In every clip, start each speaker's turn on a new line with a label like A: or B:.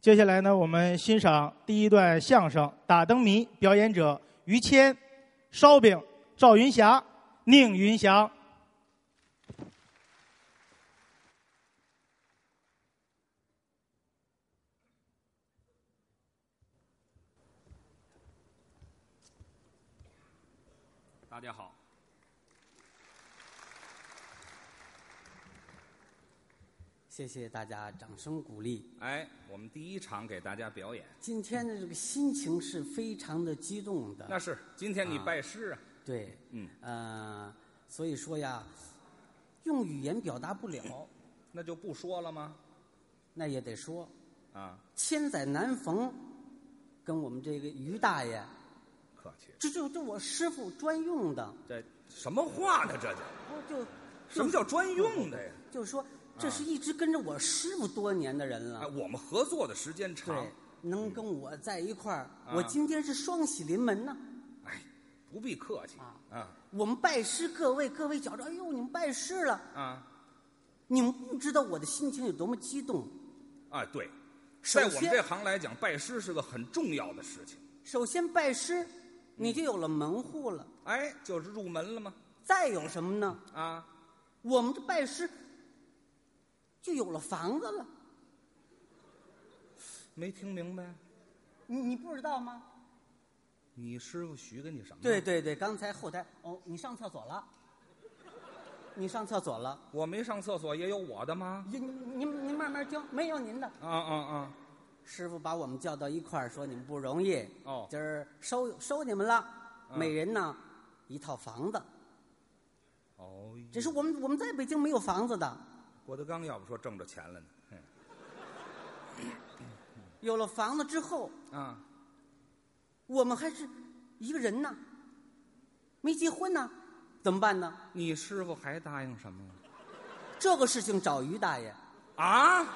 A: 接下来呢，我们欣赏第一段相声《打灯谜》，表演者于谦、烧饼、赵云霞、宁云祥。
B: 大家好，
C: 谢谢大家掌声鼓励。
B: 哎，我们第一场给大家表演，
C: 今天的这个心情是非常的激动的。
B: 那是今天你
C: 啊
B: 拜师啊，
C: 对，
B: 嗯，
C: 呃，所以说呀，用语言表达 不了，
B: 那就不说了吗？
C: 那也得说
B: 啊，
C: 千载难逢，跟我们这个于大爷，
B: 客气，
C: 这就这我师傅专用的，
B: 这什么话呢？这就
C: 我就
B: 什么叫专用的呀？
C: 就说这是一直跟着我师傅多年的人
B: 哎，
C: 了，
B: 我们合作的时间长
C: 对，，能跟我在一块儿，
B: 啊
C: 我今天是双喜临门呢。
B: 哎，不必客气
C: 啊
B: 啊
C: 我们拜师，各位各位觉着，哎呦，你们拜师了，
B: 啊
C: 你们不知道我的心情有多么激动。
B: 啊！对，
C: 首
B: 在我们
C: 先
B: 这行来讲，拜师是个很重要的事情。
C: 首先拜师，你就有了门户了，
B: 哎，就是入门了吗？
C: 再有什么呢？
B: 啊，
C: 我们这拜师就有了房子了，
B: 没听明白？
C: 你你不知道吗？
B: 你师傅许给你什么？
C: 对，对对，刚才后台哦，你上厕所了，你上厕所了，
B: 我没上厕所也有我的吗？
C: 您您您慢慢听，没有您的。
B: 啊啊啊！
C: 师傅把我们叫到一块儿，说你们不容易，
B: 哦
C: 今儿收收你们了，
B: 嗯
C: 每人呢一套房子。
B: 哦，
C: 只是我们我们在北京没有房子的，
B: 郭德纲要不说挣着钱了呢。嗯
C: 有了房子之后，
B: 啊，
C: 我们还是一个人呢，没结婚呢，怎么办呢？
B: 你师傅还答应什么了？
C: 这个事情找于大爷，
B: 啊，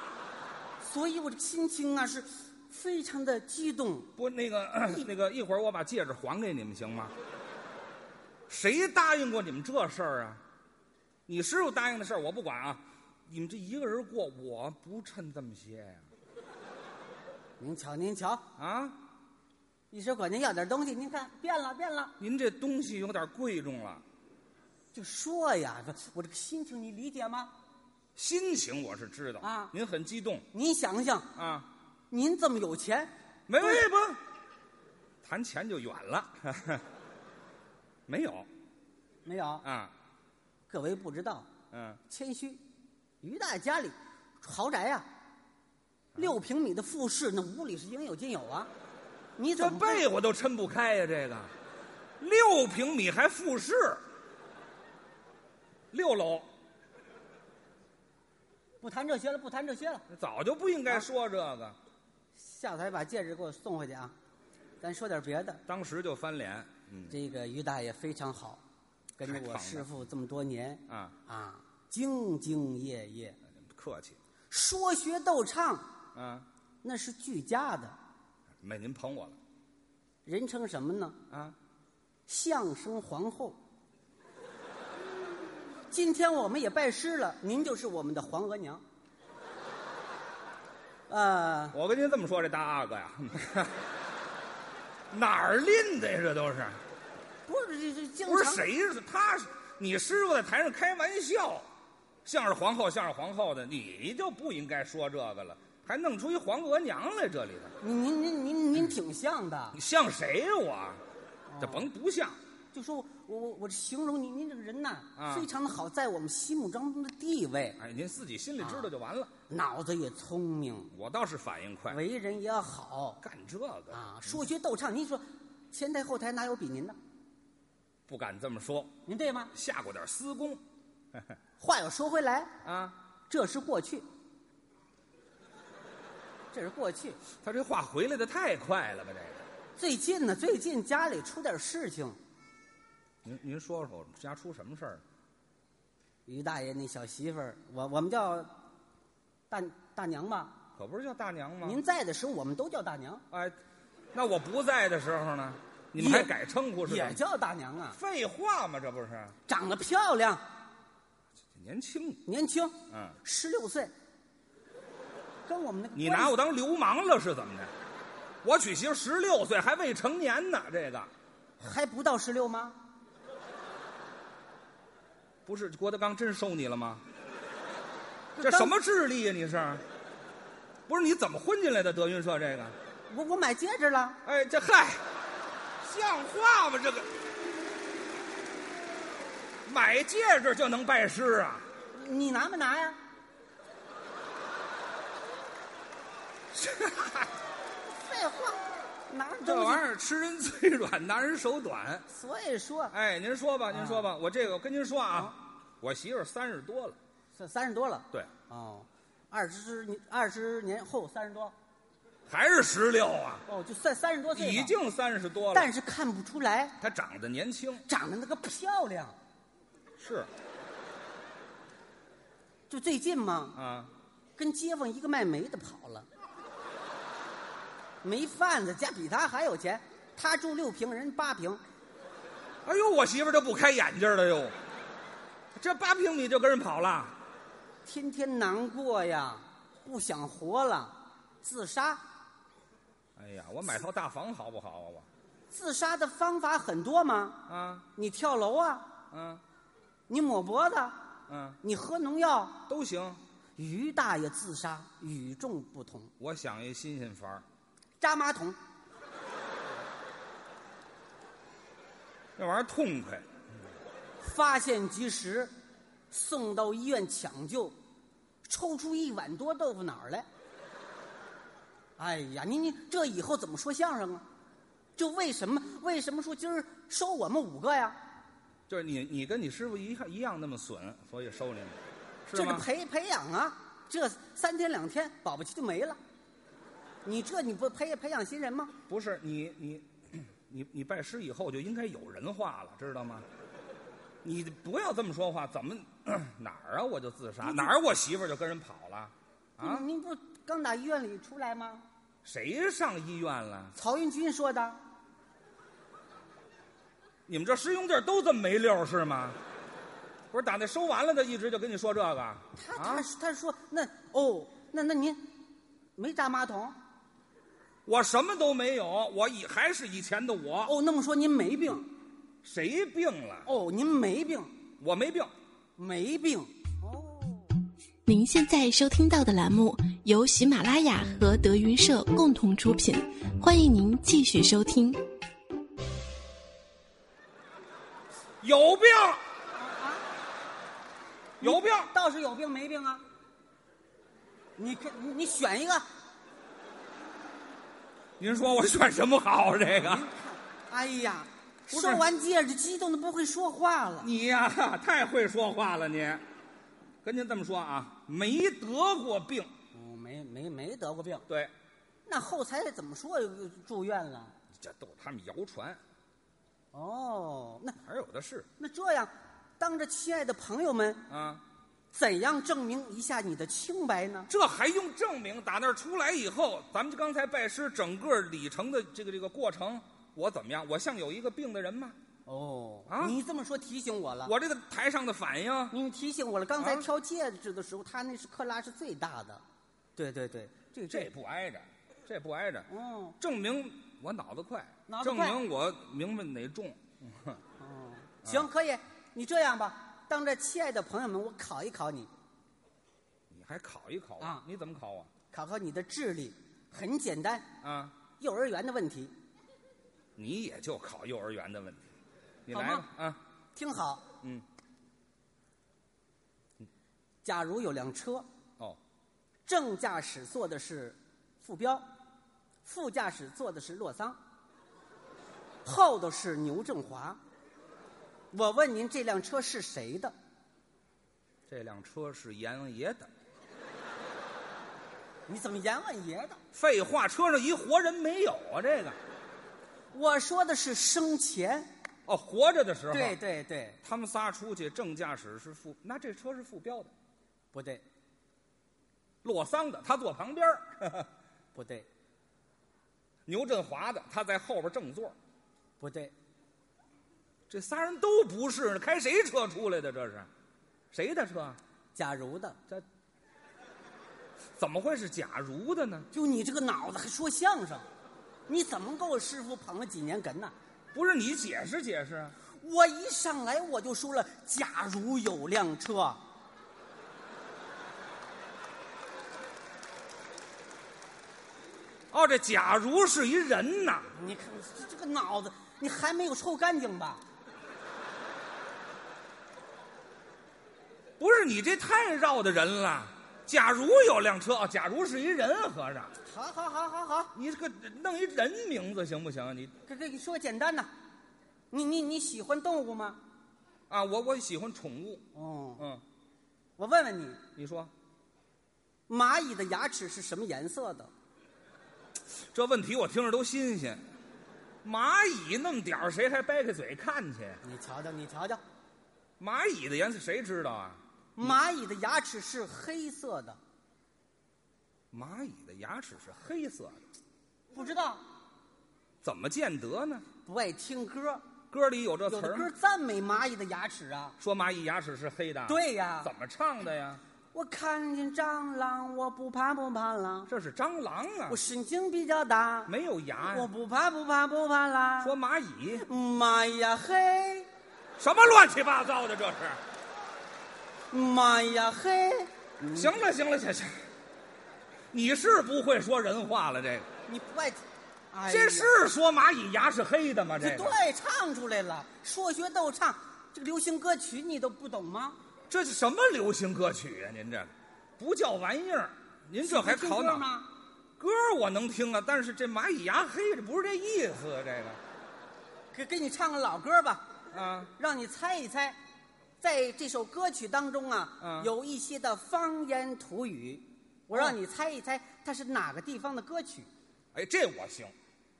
C: 所以我这个心情啊是非常的激动。
B: 不，那个 那个，一会儿我把戒指还给你们行吗？谁答应过你们这事儿啊？你师傅答应的事儿我不管啊，你们这一个人过，我不趁这么些呀、
C: 您瞧，您瞧，
B: 啊？
C: 一直管您要点东西，您看变了变了，
B: 您这东西有点贵重了，
C: 就说呀，我这个心情你理解吗？
B: 心情我是知道
C: 啊
B: 您很激动
C: 您想想，
B: 啊，
C: 您这么有钱，
B: 没
C: 对
B: 不，谈钱就远了， 没有
C: 没有？
B: 啊，
C: 各位不知道，
B: 嗯，
C: 谦虚，于大爷家里豪宅呀、六平米的复式，那屋里是应有尽有啊。你
B: 这
C: 怎么
B: 被我都抻不开呀、这个六平米还复式，六楼
C: 不谈这些了？不谈这些了，
B: 早就不应该说这个，
C: 下台把戒指给我送回去啊。咱说点别的。
B: 当时就翻脸，嗯
C: 这个于大爷非常好，跟着
B: 太棒
C: 我
B: 了
C: 师傅这么多年
B: 啊，
C: 啊，兢兢业业，
B: 客气，
C: 说学逗唱
B: 啊，
C: 那是俱佳的，
B: 没您捧我了
C: 人称什么呢？
B: 啊，
C: 相声皇后。今天我们也拜师了，您就是我们的皇额娘。呃，
B: 我跟您这么说，这大阿哥呀，哪儿拎的呀？这都是。
C: 不是这这经常
B: 不是谁是他是，你师傅在台上开玩笑，像是皇后，像是皇后的，你就不应该说这个了，还弄出一皇额娘来这里头，
C: 您您您您您挺像的
B: 你，像谁呀、我？这甭不像，
C: 就说我我我我形容您您这个人呐、
B: 啊
C: 非常的好，在我们心目当中的地位，
B: 哎，您自己心里知道就完了。
C: 脑子也聪明，
B: 我倒是反应快，
C: 为人也好
B: 干这个
C: 啊，说学逗唱，您说前台后台哪有比您的？
B: 不敢这么说，
C: 您对吗？
B: 下过点私功
C: 话又说回来，
B: 啊。
C: 这是过去，这是过去。
B: 他这话回来的太快了吧？这个，
C: 最近呢，最近家里出点事情，
B: 您您说说，我们家出什么事儿？
C: 于大爷那小媳妇儿，我我们叫大大娘吧。
B: 可不是叫大娘吗？
C: 您在的时候，我们都叫大娘，
B: 哎，那我不在的时候呢，你们还
C: 也
B: 改称呼是吧
C: 也？叫大娘啊。
B: 废话嘛，这不是
C: 长得漂亮，
B: 年轻，
C: 年轻，
B: 嗯，
C: 十六岁，跟我们那个
B: 你
C: 关系
B: 拿我当流氓了是怎么的？我娶媳妇十六岁还未成年呢，这个
C: 还不到十六吗？
B: 不是郭德纲真收你了 吗？这
C: 当
B: 什？么智力呀、啊你是？不是你怎么混进来的德云社这个？
C: 我我买戒指了，
B: 哎，这嗨，像话吗？这个买戒指就能拜师 啊？
C: 你拿没拿呀？废话，拿着
B: 这
C: 东
B: 玩意
C: 西。
B: 儿吃人嘴软，拿人手短。
C: 所以说，
B: 哎，您说
C: 啊
B: 吧，您说吧，我这个我跟您说啊，我媳妇儿三十多了，
C: 这三十多了。
B: 对，
C: 哦，二十年二十年后三十多，
B: 还是十六啊，
C: 哦，就算三十多岁吧
B: 已，经三十多了，
C: 但是看不出来，
B: 她长得年轻，
C: 长得那个漂亮。
B: 是
C: 就最近嘛，
B: 啊，
C: 跟街坊一个卖煤的跑了，煤贩子家比他还有钱，他住六平，人八平，
B: 哎呦，我媳妇儿这不开眼睛了又，这八平米就跟人跑了，
C: 天天难过呀，不想活了，自杀。
B: 哎呀，我买套大房好不好啊
C: 自杀的方法很多嘛，
B: 我啊
C: 你跳楼啊，
B: 啊
C: 你抹脖子，
B: 啊
C: 你喝农药。
B: 都行，
C: 于大爷自杀与众不同，
B: 我想一新鲜法儿，
C: 扎马桶。
B: 这玩意儿痛快，
C: 发现及时，送到医院抢救，抽出一碗多豆腐脑儿来。哎呀，你你这以后怎么说相声啊？这为什么为什么说今儿收我们五个呀？
B: 就是你你跟你师傅一样一样那么损，所以收你们，是
C: 这是
B: 吗？
C: 培培养啊，这三天两天保不齐就没了。你这你不培培养新人吗？
B: 不是你你 你你拜师以后就应该有人话了，知道吗？你不要这么说话，怎么 哪儿啊？我就自杀，哪儿我媳妇儿就跟人跑了，啊？
C: 您不刚打医院里出来吗？
B: 谁上医院了？
C: 曹云金说的，
B: 你们这师兄弟儿都这么没溜儿是吗？不是打那收完了的，一直就跟你说这个
C: 他
B: 啊
C: 他？他说那哦，那那您没扎马
B: 啊
C: 桶？
B: 我什么都没有，我以还是以前的我。
C: 哦，那么说您没病？
B: 谁病了？
C: 哦，您没病，
B: 我没病。
C: 没病。哦，
D: 您现在收听到的栏目由喜马拉雅和德云社共同出品，欢迎您继续收听。
B: 有病，
C: 啊，
B: 有病，
C: 倒是有病没病啊？你看你你选一个，
B: 您说我选什么好啊？这个
C: 哎呀，
B: 不是
C: 收完戒指激动的不会说话了。
B: 你呀、太会说话了你。跟您这么说啊，没得过病，
C: 哦，没没没得过病，
B: 对，
C: 那后台怎么说呃住院了？
B: 这都是他们谣传，
C: 哦，那
B: 哪儿有的是
C: 那这样，当着亲爱的朋友们，
B: 啊？
C: 怎样证明一下你的清白呢？
B: 这还用证明？打那儿出来以后，咱们就刚才拜师整个里程的这个这个过程，我怎么样？我像有一个病的人吗？
C: 哦
B: 啊
C: 你这么说提醒我了。
B: 我这个台上的反应，
C: 你提醒我了，刚才
B: 啊
C: 挑戒指的时候，他那是克拉是最大的。对对对，这
B: 这不挨着，这不挨着，
C: 哦
B: 证明我脑子快，
C: 脑子
B: 证
C: 快
B: 明我明白哪重。
C: 哦，行，可以，你这样吧，当着亲爱的朋友们，我考一考你，
B: 你还考一考我
C: 啊
B: 你怎么考我？
C: 考考你的智力，很简单，
B: 啊，
C: 幼儿园的问题，
B: 你也就考幼儿园的问题，你
C: 好
B: 来
C: 吗
B: 吧啊，
C: 听好，
B: 嗯，
C: 假如有辆车，
B: 哦，
C: 正驾驶坐的是副标，副驾驶坐的是洛桑，后头是牛振华。我问您，这辆车是谁的？
B: 这辆车是阎王爷的。
C: 你怎么阎王爷的？
B: 废话，车上一活人没有啊？这个
C: 我说的是生前。
B: 哦，活着的时候，
C: 对，对对，
B: 他们仨出去，正驾驶是副，那这车是副标的，
C: 不对
B: 洛桑的，他坐旁边儿
C: 不对
B: 牛振华的，他在后边正座。
C: 不对，
B: 这仨人都不是，开谁车出来的？这是谁的车？
C: 假如的
B: 这怎么会是假如的呢？
C: 就你这个脑子还说相声，你怎么给我师傅捧了几年哏呢？
B: 不是你解释解释啊？
C: 我一上来我就说了，假如有辆车，
B: 哦，这假如是一人呐，
C: 你看这这个脑子，你还没有抽干净吧？
B: 不是你这太绕的人了。假如有辆车，哦假如是一人，合着
C: 好好好好好，
B: 你这个弄一人名字行不行？你
C: 这这你说简单呐，你你你喜欢动物吗？
B: 啊，我我喜欢宠物，
C: 哦，
B: 嗯，
C: 我问问你，
B: 你说
C: 蚂蚁的牙齿是什么颜色的？
B: 这问题我听着都新鲜。蚂蚁那么点儿，谁还掰开嘴看去？
C: 你瞧瞧，你瞧瞧，
B: 蚂蚁的颜色谁知道啊？
C: 蚂蚁的牙齿是黑色的，
B: 蚂蚁的牙齿是黑色的，
C: 不知道
B: 怎么见得呢？
C: 不爱听歌，
B: 歌里有这词
C: 有的
B: 儿吗
C: 歌？赞美蚂蚁的牙齿啊。
B: 说蚂蚁牙齿是黑的，啊
C: 对呀
B: 怎么唱的呀？
C: 我看见蟑螂，我不怕不怕啦，
B: 这是蟑螂啊
C: 我，神经比较大，
B: 没有牙
C: 我
B: 呀。
C: 不怕不怕不怕啦。
B: 说蚂蚁，
C: 妈呀嘿，
B: 什么乱七八糟的这是？
C: 妈呀嘿，
B: 行了行了行行，你是不会说人话了，这个
C: 你不爱听，哎呀
B: 这是说蚂蚁牙是黑的吗？这个
C: 对，唱出来了，说学逗唱，这个流行歌曲你都不懂吗？
B: 这是什么流行歌曲啊？您这不叫玩意儿，您这还
C: 你听
B: 考
C: 歌
B: 脑？
C: 吗？
B: 歌我能听啊，但是这蚂蚁牙黑，这不是这意思啊，这
C: 给给你唱个老歌吧，
B: 个啊，
C: 让你猜一猜，在这首歌曲当中啊，
B: 嗯
C: 有一些的方言土语，我让你猜一猜，它是哪个地方的歌曲？
B: 哎，这我行。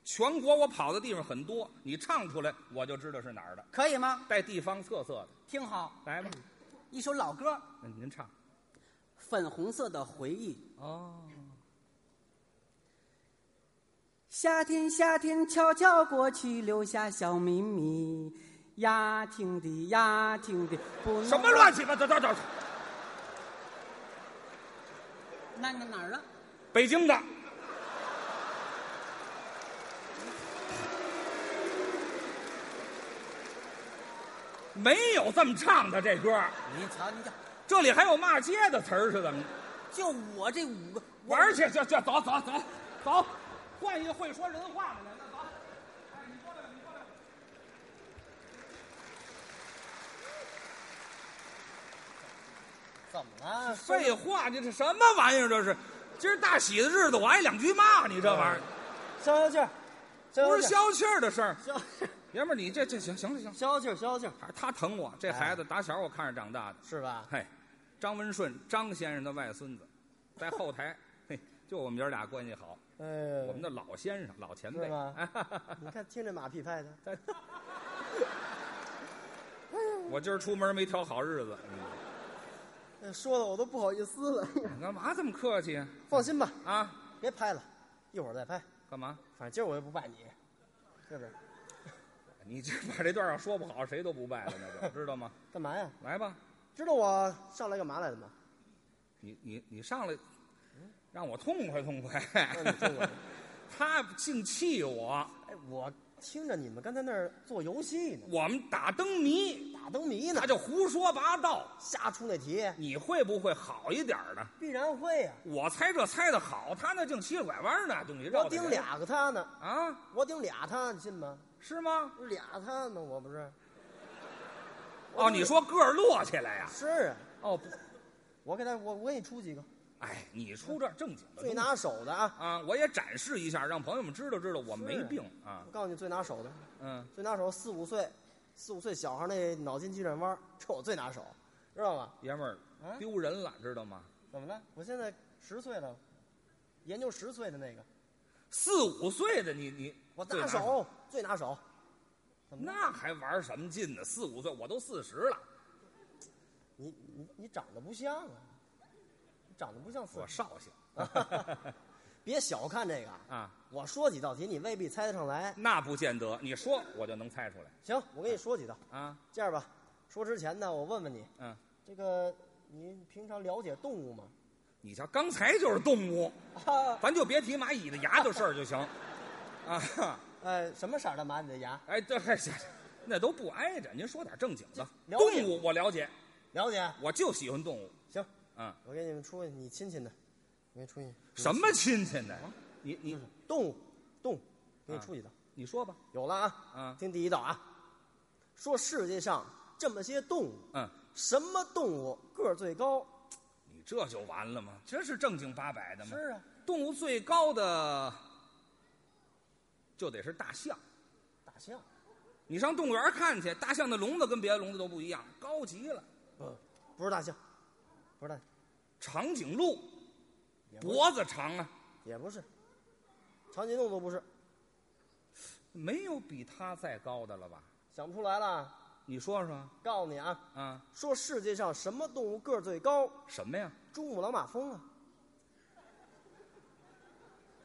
B: 全国我跑的地方很多，你唱出来我就知道是哪儿的，
C: 可以吗？
B: 带地方特色的。
C: 听好，
B: 来吧，
C: 一首老歌，《
B: 嗯您唱。
C: 粉红色的回忆》。
B: 哦，
C: 夏天，夏天悄悄过去，留下小秘密。呀，听的呀，听的，不能
B: 什么乱？七八糟？等等等，
C: 那那哪儿啊？
B: 北京的，没有这么唱的这歌，
C: 你瞧，你瞧，
B: 这里还有骂街的词儿是怎么着？
C: 就我这五个
B: 玩儿去，去去，走走走走，换一个会说人话的人，那走。哎你过来吧你过来吧
C: 怎么了？
B: 废话，你这什么玩意儿？这是，今儿大喜的日子，我挨两句骂，你这玩意儿
C: 消消气儿，
B: 不是消气儿的事儿。
C: 消
B: 爷们儿，你这这行行了行了，
C: 消气儿，消气儿，
B: 还是他疼我。这孩子打小我看着长大的，
C: 是吧？
B: 嘿，张文顺，张先生的外孙子，在后台，嘿，就我们爷儿俩关系好，
E: 哎，
B: 我们的老先生、老前辈
E: 是吗。
B: 哎
E: 你看听这马屁拍的，
B: 我今儿出门没挑好日子，
E: 哎说的我都不好意思了。
B: 你干嘛这么客气啊
E: 放心吧，
B: 啊？
E: 别拍了，一会儿再拍。
B: 干嘛？
E: 反正今儿我又不拜你，是不是？
B: 你这把这段要说不好，谁都不拜了， 那就知道吗？
E: 干嘛呀？
B: 来吧，
E: 知道我上来干嘛来的吗？
B: 你你你上来，让我痛快痛快
E: 嗯你痛快。
B: 他净气我，
E: 哎，我听着你们刚才那儿做游戏呢，
B: 我们打灯谜，
E: 打灯谜呢
B: 他，就胡说八道。
E: 瞎出那题，
B: 你会不会好一点呢？
E: 必然会啊呀、
B: 我猜这猜的好，他那净七拐弯呢，东西绕
E: 我
B: 的人
E: 顶俩个他呢，
B: 啊？
E: 我顶俩他，你信吗？
B: 是吗？
E: 俩他呢，我不是。
B: 哦，你说个儿摞起来呀、
E: 是啊，
B: 哦不，
E: 我给他，我我给你出几个
B: 哎，你出这正经的
E: 最
B: 东西
E: 拿手的啊！
B: 啊！我也展示一下，让朋友们知道知道我没
E: 是
B: 病啊
E: 我。告诉你，最拿手的，
B: 嗯，
E: 最拿手四五岁，四五岁小孩那脑筋急转弯，这我最拿手，知道吗？
B: 爷们儿
E: 啊
B: 丢人了，知道吗？
E: 怎么了？我现在十岁了，研究十岁的那个，
B: 四五岁的你你
E: 我
B: 最
E: 拿手最拿手。怎么了？
B: 那还玩什么劲呢？四五岁我都四十了，
E: 你你你长得不像啊，你长得不像四
B: 我少小
E: 岁。 别小看这个啊！
B: 啊，
E: 我说几道题，你未必猜得上来。
B: 那不见得。你说我就能猜出来
E: 行，我给你说几道。
B: 啊？
E: 这样吧，说之前呢，我问问你，
B: 嗯，
E: 这个你平常了解动物吗？
B: 你瞧，刚才就是动物，
E: 啊
B: 咱就别提蚂蚁的牙的事儿就 行。啊，哈
E: 呃，什么色儿的蚂蚁的牙？
B: 哎，对，行，那都不挨着。您说点正经的。
E: 了
B: 动
E: 解
B: 物我了解，
E: 了解？啊
B: 我就喜欢动物。
E: 行，
B: 嗯，
E: 我给你们出去，你亲亲的，我给你出去。
B: 什么亲戚呢？
E: 啊
B: 你你
E: 动物，动物，给你
B: 啊
E: 出去的。
B: 你说吧。
E: 有了啊，
B: 嗯
E: 听第一道啊，说世界上这么些动物，
B: 嗯，
E: 什么动物个儿最高？
B: 你这就完了吗？这是正经八百的吗？
E: 是啊，
B: 动物最高的就得是大象。
E: 大象。
B: 你上动物园看去，大象的笼子跟别的笼子都不一样，高级了。
E: 嗯，不是大象，不是大象，
B: 长颈鹿
E: 也不是
B: 脖子长啊，
E: 也不是，长颈鹿都不是，
B: 没有比它再高的了吧？
E: 想不出来了。
B: 你说说
E: 告诉你啊，
B: 啊，
E: 说世界上什么动物个儿最高？
B: 什么呀？
E: 珠穆朗玛峰啊，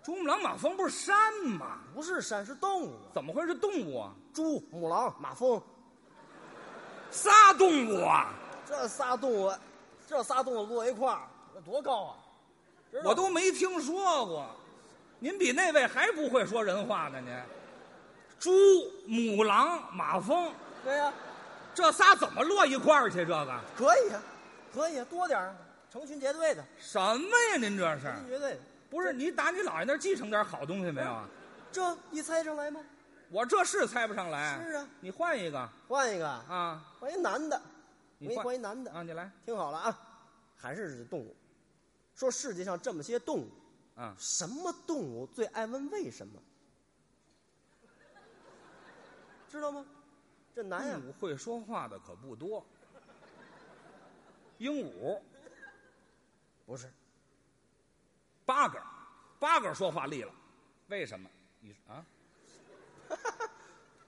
B: 珠穆朗玛峰不是山吗？
E: 不是山，是动物啊。
B: 怎么会是动物啊？
E: 猪、母狼、马蜂，
B: 仨动物啊！
E: 这仨动物，这仨动物摞一块儿，那多高啊！知道吗
B: 我都没听说过。您比那位还不会说人话呢，您。猪、母狼、马蜂，
E: 对呀、
B: 这仨怎么落一块儿去？这个
E: 可以啊，可以啊，多点儿啊，成群结队的，
B: 什么呀？您这是
E: 成群结队的，
B: 不是你打你姥爷那儿继承点好东西没有啊？
E: 这你猜上来吗？
B: 我这是猜不上来。
E: 嗯是啊
B: 你换一个
E: 换一个啊，
B: 啊
E: 换一男的，我
B: 你
E: 给你
B: 换
E: 换一男的，
B: 啊！你来
E: 听好了啊，还是指动物。说世界上这么些动物，
B: 啊！
E: 什么动物最爱问为什么？知道吗？这难哎呀、
B: 鹦鹉会说话的可不多。鹦鹉
E: 不是，
B: 八哥，八哥说话利了，为什么？你啊？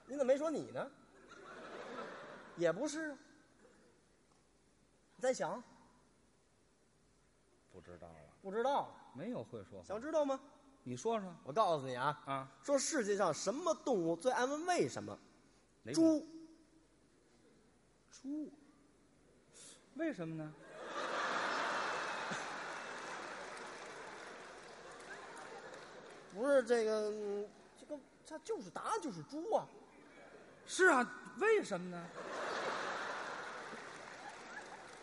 E: 你怎么没说你呢？也不是啊。你再想，
B: 不知道了，
E: 不知道了，
B: 没有会说话。
E: 想知道吗？
B: 你说说
E: 我告诉你啊，
B: 啊？
E: 说世界上什么动物最爱问为什么？
B: 哪种
E: 猪，
B: 猪，为什么呢？
E: 不是这个，嗯这个它就是答案就是猪啊。
B: 是啊，为什么呢？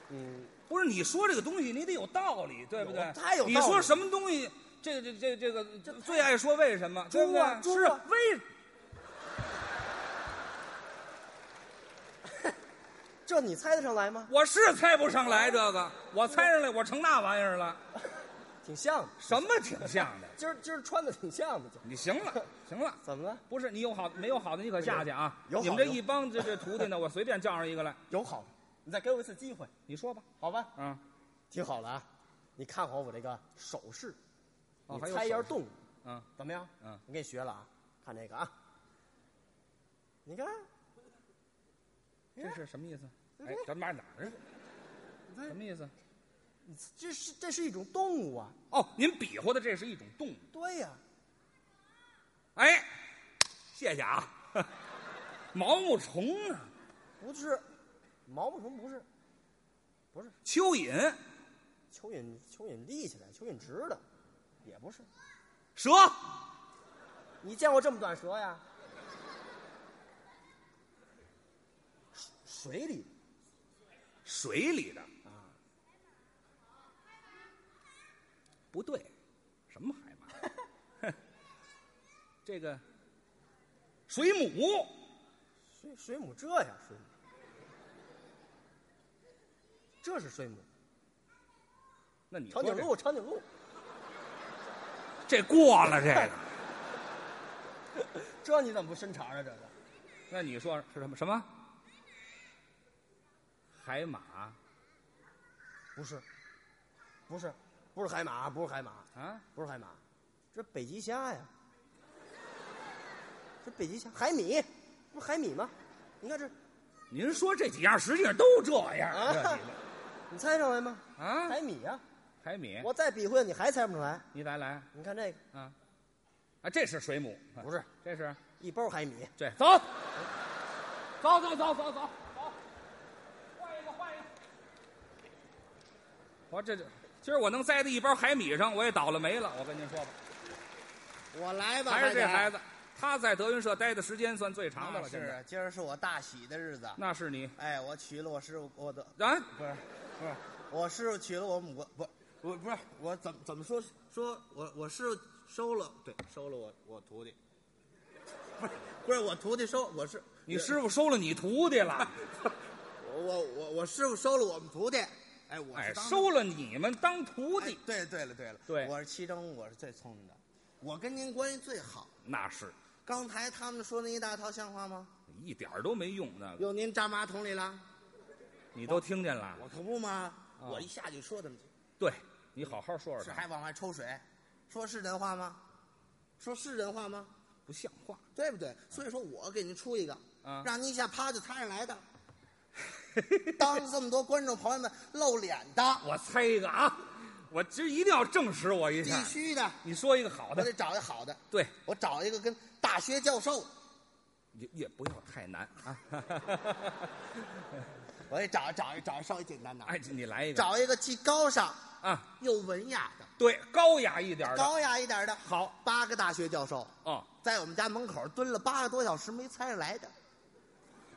E: 嗯，
B: 不是你说这个东西，你得有啊道理，对不对？
E: 有太有道理
B: 你说什么东西？这个这这这个最爱说为什么？
E: 猪
B: 对不对
E: 啊猪
B: 是
E: 啊
B: 为
E: 这你猜得上来吗？
B: 我是猜不上来这个，我猜上来我成那玩意儿了，
E: 挺像的，
B: 什么挺像的？
E: 今儿今儿穿的挺像的，就
B: 你行 了，行了，
E: 怎么了？
B: 不是你有好没有好的你可下去啊！
E: 有好
B: 你们这
E: 有
B: 一帮这这徒弟呢，我随便叫上一个来，
E: 有好的，你再给我一次机会，
B: 你说吧，
E: 好吧？
B: 啊，
E: 挺好的啊，你看好我这个手势，
B: 哦
E: 你猜一下，动物
B: 还有手啊，
E: 怎么样？
B: 嗯
E: 我给你学了啊，看这个啊，你看，
B: 这是什么意思？哎，咱们俩哪儿啊？什么意思？
E: 这是这是一种动物啊，
B: 哦，您比划的这是一种动物。
E: 对呀、
B: 哎，谢谢啊，毛毛虫啊，
E: 不是，毛毛虫不是，不是
B: 蚯蚓、
E: 蚯蚓，蚯蚓立起来，蚯蚓直的，也不是。
B: 蛇，
E: 你见过这么短舌呀？水水里
B: 水里的啊，不对，什么海马？哼 这个水母，
E: 水水母这呀，水母，这是水母，
B: 那你说
E: 长颈鹿，长颈鹿，
B: 这这过了这个，
E: 这你怎么不伸长啊？这个
B: 那你说是什么什么？海马
E: 不是，不是，不是海马，不是海马，
B: 啊，
E: 不是海马，这北极虾呀，这北极虾，海米，不是海米吗？你看这，
B: 您说这几样实际上都这样
E: 啊
B: 这几个
E: 你猜上来吗？
B: 啊，
E: 海米呀、
B: 海米，
E: 我再比划你还猜不出来。
B: 你再来。
E: 你看这个，
B: 啊，啊，这是水母，
E: 不是，
B: 这是
E: 一包海米，
B: 对，走，走走走走走走，换一个换一个，我这就今儿我能栽到一包海米上，我也倒了霉了。我跟您说吧，
E: 我来吧，
B: 还是这孩
E: 子
B: 子，他在德云社待的时间算最长的了。
E: 那
B: 现在
E: 是，今啊儿是我大喜的日子。
B: 那是你
E: 哎，我娶了我师傅，我的
B: 啊，
E: 不是，不是，我师傅娶了我母国，不，我不是，我怎么怎么说说我我师傅收了，对，收了我我徒弟， 不是不是我徒弟收我是
B: 你师傅收了你徒弟了，
E: 我我我我师傅收了我们徒弟，哎， 我
B: 哎，
E: 是当
B: 收了你们当徒
E: 哎
B: 弟，
E: 对对了对了，
B: 对
E: 我是其中我是最聪明的，我跟您关系最好。
B: 那是
E: 刚才他们说那一大套像话吗？
B: 一点儿都没用。那个
E: 有您扎马桶里了？
B: 你都听见了，
E: 我可不嘛，
B: 啊
E: 我一下就说他们，
B: 对你好好说
E: 是
B: 说
E: 还
B: 他，
E: 往外抽水，说是人话吗？说是人话吗？
B: 不像话。
E: 对不
B: 嗯
E: 对？所以说我给您出一个，
B: 啊
E: 让您一下啪就擦 上来的。当着这么多观众朋友们露脸的，
B: 我猜一个啊，我今儿一定要证实我一
E: 必
B: 下。
E: 须的，
B: 你说一个好
E: 我得
B: 的，
E: 找一好的，
B: 对，
E: 我找一个跟大学教授，
B: 也也不要太难啊。
E: 我得找找一找一稍微简单的，
B: 哎，你来一个
E: 找一个既高尚
B: 啊，
E: 又文雅的，
B: 对，高雅一点儿的。
E: 高雅一点的。
B: 好，
E: 八个大学教授
B: 哦，
E: 在我们家门口蹲了八个多小时没猜上来的，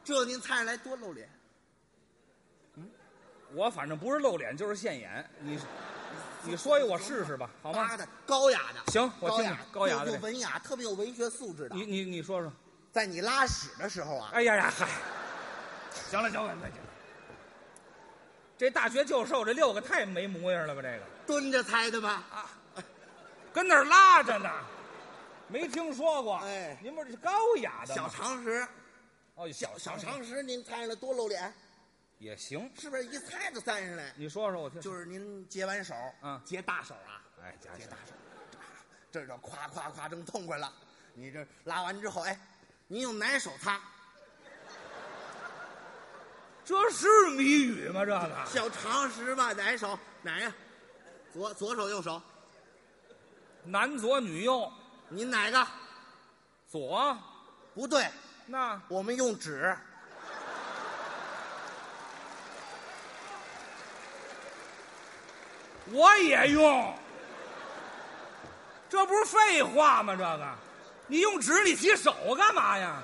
E: 这您猜上来多露脸。
B: 我反正不是露脸就是现眼，你你说一我试试吧，好吗
E: 八？个高雅的，
B: 行我
E: 高
B: 听
E: 雅
B: 听高雅的
E: 有有
B: 这
E: 文雅，特别有文学素质的。
B: 你你你说说。
E: 在你拉屎的时候啊，
B: 哎呀呀，嗨，行了行了行了，这大学教授这六个太没模样了吧？这个
E: 蹲着猜的吗？
B: 啊，跟那儿拉着呢，没听说过。
E: 哎
B: 您不是高雅的
E: 小
B: 吗？
E: 常识，
B: 哦，小
E: 小常识，您猜上来多露脸，
B: 也行。
E: 是不是一猜就猜上来？
B: 你说说我听。
E: 就是您结完手，
B: 嗯
E: 结大手啊，
B: 哎，家
E: 结
B: 伙
E: 大手，这就夸夸夸正痛快了。你这拉完之后，哎，您用哪手擦？
B: 这是谜语吗？这个
E: 小常识吧，哪手哪呀？左左手右手，
B: 男左女右，
E: 您哪个？
B: 左
E: 不对，
B: 那
E: 我们用纸。
B: 我也用，这不是废话吗？这个，你用纸你提手干嘛呀？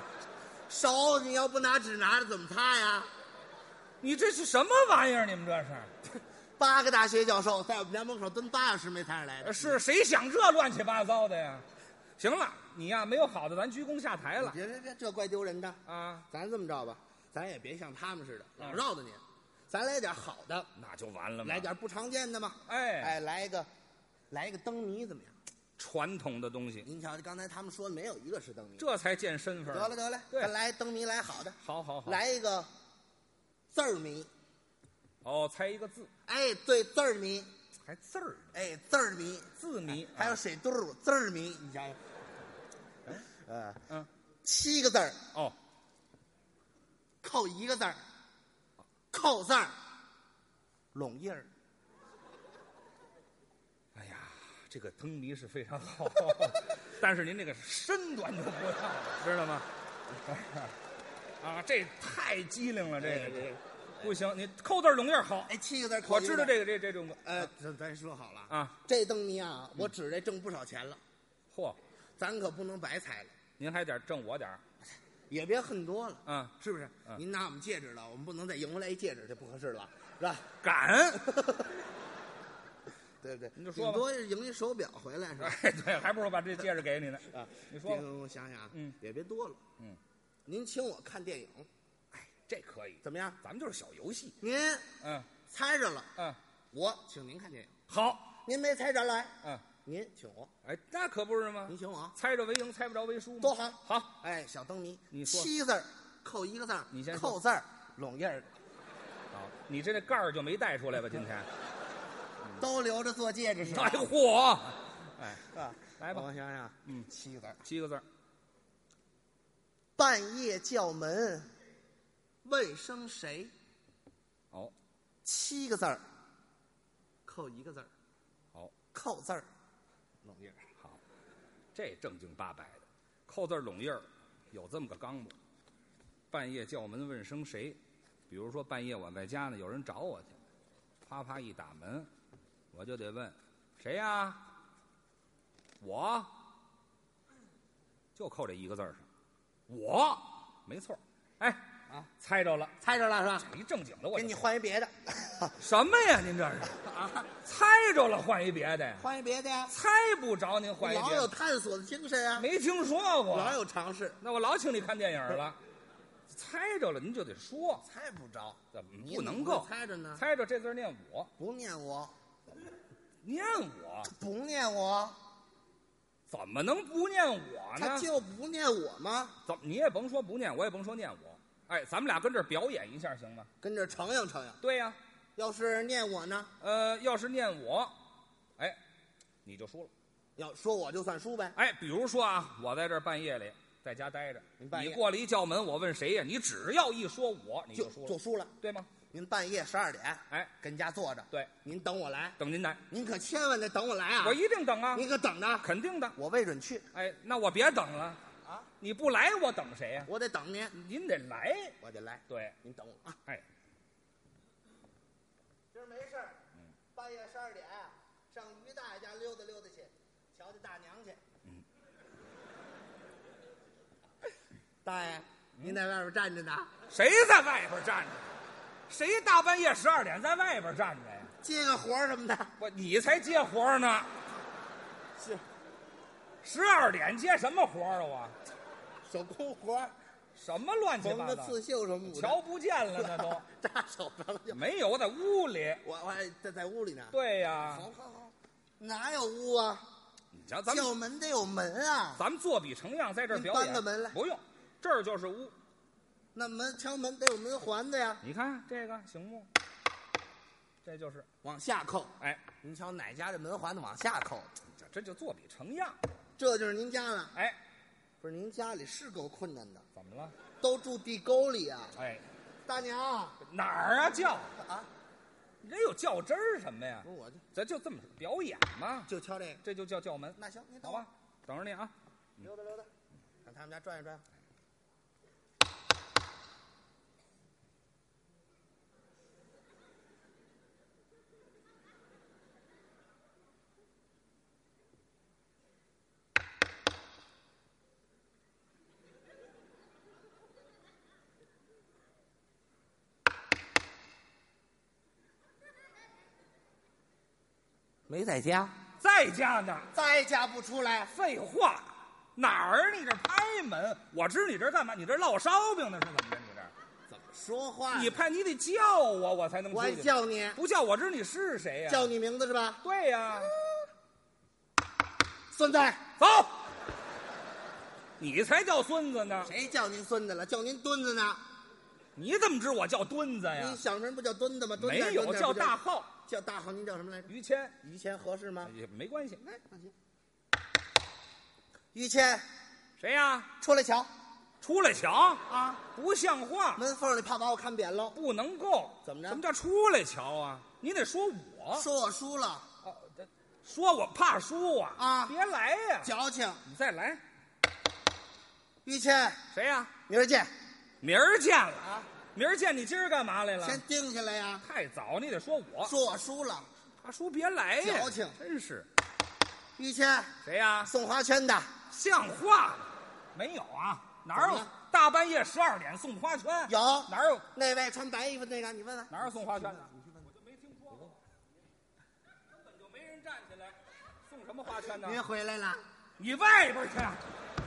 E: 手你要不拿纸拿着怎么擦呀？
B: 你这是什么玩意儿？你们这是？
E: 八个大学教授在我们家门口蹲八小时没猜上来的，
B: 呃是谁想这乱七八糟的呀？行了，你呀没有好的，咱鞠躬下台了
E: 别别别，这怪丢人的。
B: 啊，
E: 咱这么着吧，咱也别像他们似的老绕着您，咱来点好的，
B: 那就完了嘛。
E: 来点不常见的嘛。
B: 哎
E: 哎，来一个，来一个灯谜怎么样？
B: 传统的东西，
E: 您瞧，刚才他们说的没有一个是灯谜。
B: 这才见身份。
E: 得了，得了，
B: 对
E: 咱来灯谜，来好的，
B: 好好好，
E: 来一个字儿谜。
B: 哦，猜一个字，
E: 哎，对，字儿谜，
B: 还字儿呢，
E: 哎，字儿谜，
B: 字谜，
E: 还有
B: 啊
E: 水嘟儿字儿谜，你瞧瞧。呃，
B: 嗯，
E: 七个字儿，
B: 哦，
E: 扣一个字儿，扣字儿，拢印儿。
B: 哎呀，这个灯谜是非常好， 但是您这个身段就不要了，知道 吗？啊，这太机灵了，这个、哎这个不行，你扣字儿拢印儿好，
E: 哎，七个字儿扣
B: 我
E: 一个
B: 知
E: 字
B: 道
E: 儿
B: 这个这这种个
E: 呃，咱咱说好了啊，
B: 啊，
E: 这灯谜啊，我指着挣不少钱了，
B: 嚯，
E: 咱可不能白猜了，
B: 您还得挣我点儿
E: 也别恨多了，
B: 啊，
E: 是不是？
B: 嗯
E: 您拿我们戒指了，我们不能再赢回来一戒指，这不合适了，是吧？
B: 感恩。
E: 对不对？
B: 你就说吧
E: 顶多是赢一手表回来是吧？
B: 哎，对，还不如把这戒指给你呢。
E: 啊，
B: 你说吧
E: 这个我想想啊，
B: 嗯
E: 也别多了，
B: 嗯，
E: 您请我看电影
B: 这可以，
E: 怎么样？
B: 咱们就是小游戏。
E: 您
B: 嗯
E: 猜着了，
B: 嗯，
E: 我请您看电影，
B: 好，
E: 您没猜着来，
B: 嗯，
E: 您请我，
B: 哎，那可不是吗
E: 您？请我啊，
B: 猜着为赢，猜不着为输嘛。
E: 多好
B: 好，
E: 哎，小灯谜，
B: 你说
E: 七字儿扣一个字儿，
B: 你先说
E: 扣字儿，拢印儿。
B: 好，你这这盖儿就没带出来吧？今天，
E: 都留着做戒指是吧？
B: 哎嚯，哎，
E: 啊，
B: 来吧
E: 我想想，
B: 嗯
E: 七个字儿：
B: 七个字儿，
E: 半夜叫门，问声谁？
B: 哦，
E: 七个字儿，扣一个字儿，
B: 好，
E: 扣字儿，
B: 拢印儿，好，这正经八百的，扣字儿拢印儿，有这么个纲目。半夜叫门问声谁？比如说半夜我在家呢，有人找我去，啪啪一打门，我就得问，谁呀？我，就扣这一个字儿上，我，没错儿。哎，啊，猜着了，
C: 猜着了是吧？
B: 一正经的我
E: 给
B: 就
E: 你换一 别的，
B: 什么呀？您这是
C: 啊，
B: 猜着了换一别的呀？
E: 换一别的呀，
B: 猜不着您换一
E: 老
B: 别
E: 有
B: 的，
E: 探索的精神啊，
B: 没听说过。
E: 老有尝试，
B: 那我老请你看电影了， 猜着了您就得说，
E: 猜不着，
B: 怎么
E: 你
B: 不
E: 怎
B: 能
E: 么
B: 够
E: 会猜啊着呢
B: 猜着这字儿念我，
E: 不念我，
B: 念我，
E: 不念我，
B: 怎么能不念我
E: 他
B: 呢？
E: 就不念我吗？
B: 怎么你也甭说不念，我也甭说念我。哎，咱们俩跟这儿表演一下行吗？
E: 跟这儿承应承应，
B: 对呀、
E: 要是念我呢，
B: 呃，要是念我，哎，你就输了。
E: 要说我就算输呗，
B: 哎，比如说啊，我在这儿半夜里在家待着，
E: 你半夜
B: 你过来一叫门，我问谁呀？你只要一说我，你
E: 就
B: 输
E: 就
B: 了，
E: 输了。
B: 对吗？
E: 您半夜十二点
B: 哎，
E: 跟家坐着，
B: 对，
E: 您等我来，
B: 等您来，
E: 您可千万得等我来啊
B: 我！一定等啊，
E: 您可等着，
B: 肯定的。
E: 我未准去，
B: 哎，那我别等了
E: 啊！
B: 你不来，我等谁呀、
E: 我得等您，
B: 您得来。
E: 我得来，
B: 对，
E: 您等我啊！
B: 哎，
E: 今儿没事儿，半夜十二点上于大爷家溜达溜达去，瞧瞧大娘去。
B: 嗯
E: 大爷，您在外边站着呢，
B: 谁在外边站着？谁大半夜十二点在外边站着呀？
E: 接个活儿什么的，
B: 我你才接活儿呢，
E: 是
B: 十二点接什么活儿啊？我
E: 手工活儿，
B: 什么乱七
E: 缝
B: 八
E: 个
B: 糟？
E: 刺绣什么的，
B: 瞧不见了，那都
E: 扎手上了就。
B: 没有，我在屋里。
E: 我我还在在屋里呢。
B: 对呀、
E: 好好好，哪有屋啊？
B: 你瞧，咱们
E: 叫门得有门啊。
B: 咱们作比成样，在这儿表演。
E: 你搬个门来
B: 不用，这儿就是屋。
E: 那门敲门得有门环的呀。
B: 你看这个醒目，这就是
E: 往下扣，
B: 哎，
E: 您瞧哪家这门环子往下扣？
B: 这这就作比成样。
E: 这就是您家了。
B: 哎，
E: 不是您家里是够困难的，
B: 怎么了？
E: 都住地沟里啊。
B: 哎，
E: 大娘
B: 哪儿啊叫？
E: 啊，
B: 你这有较真儿什么呀
E: 不？是我就
B: 咱就这么表演嘛，
E: 就敲这个。
B: 这就叫叫门，
E: 那行，您
B: 好
E: 等我
B: 吧？等着你啊。
E: 溜达溜达，上嗯他们家转悠转悠。没在家，
B: 在家呢。
E: 在家不出来，
B: 废话，哪儿？你这拍门？我知你这干嘛？你这烙烧饼呢？是怎么着？你这
E: 怎么说话呢？
B: 你拍你得叫我，我才能
E: 我
B: 出
E: 还
B: 去。
E: 叫你，
B: 不叫我知你是谁呀、
E: 叫你名字是吧？
B: 对呀、
E: 孙子，
B: 走，你才叫孙子呢！
E: 谁叫您孙子了？叫您墩子呢？
B: 你怎么知我叫墩子呀
E: 您？小名不叫墩子吗？墩
B: 没
E: 子
B: 有叫大，
E: 墩子
B: 号
E: 不叫大号，您叫什么来着？
B: 于谦，
E: 于谦合适吗？
B: 也没关系。
E: 哎，放心。于谦，
B: 谁呀、
E: 出来瞧
B: 出来瞧，
E: 啊！
B: 不像话，
E: 门缝里怕把我看扁喽。
B: 不能够。
E: 怎么着
B: 什么叫出来瞧啊？你得说我，
E: 说我输了，
B: 啊这说我怕输啊！
E: 啊
B: 别来呀、
E: 矫情。
B: 你再来，
E: 于谦，
B: 谁呀、
E: 明儿见
B: 明儿见了，
E: 啊！
B: 明儿见，你今儿干嘛来了？
E: 先定下来呀。
B: 太早，你得说我。
E: 说我输了，
B: 大叔别来呀！
E: 矫情
B: 真是
E: 于谦，
B: 谁呀、
E: 送花圈的，
B: 像话吗？没有啊，哪
E: 怎么
B: 有
E: 了
B: 大半夜十二点送花圈？
E: 有
B: 哪有
E: 那位穿白衣服那个，你问问。
B: 哪有送花圈的？我就没听说过，根本就没人站起来，送什么花圈呢？
E: 您回来了，
B: 你外边去，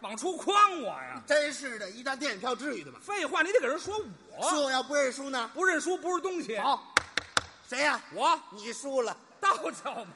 B: 往出诓我呀！
E: 真是的，一张电影票至于的吗？
B: 废话，你得给人说
E: 说
B: 我，
E: 我要不认输呢？
B: 不认输不是东西。
E: 好，谁呀、
B: 我
E: 你输了，
B: 倒叫门。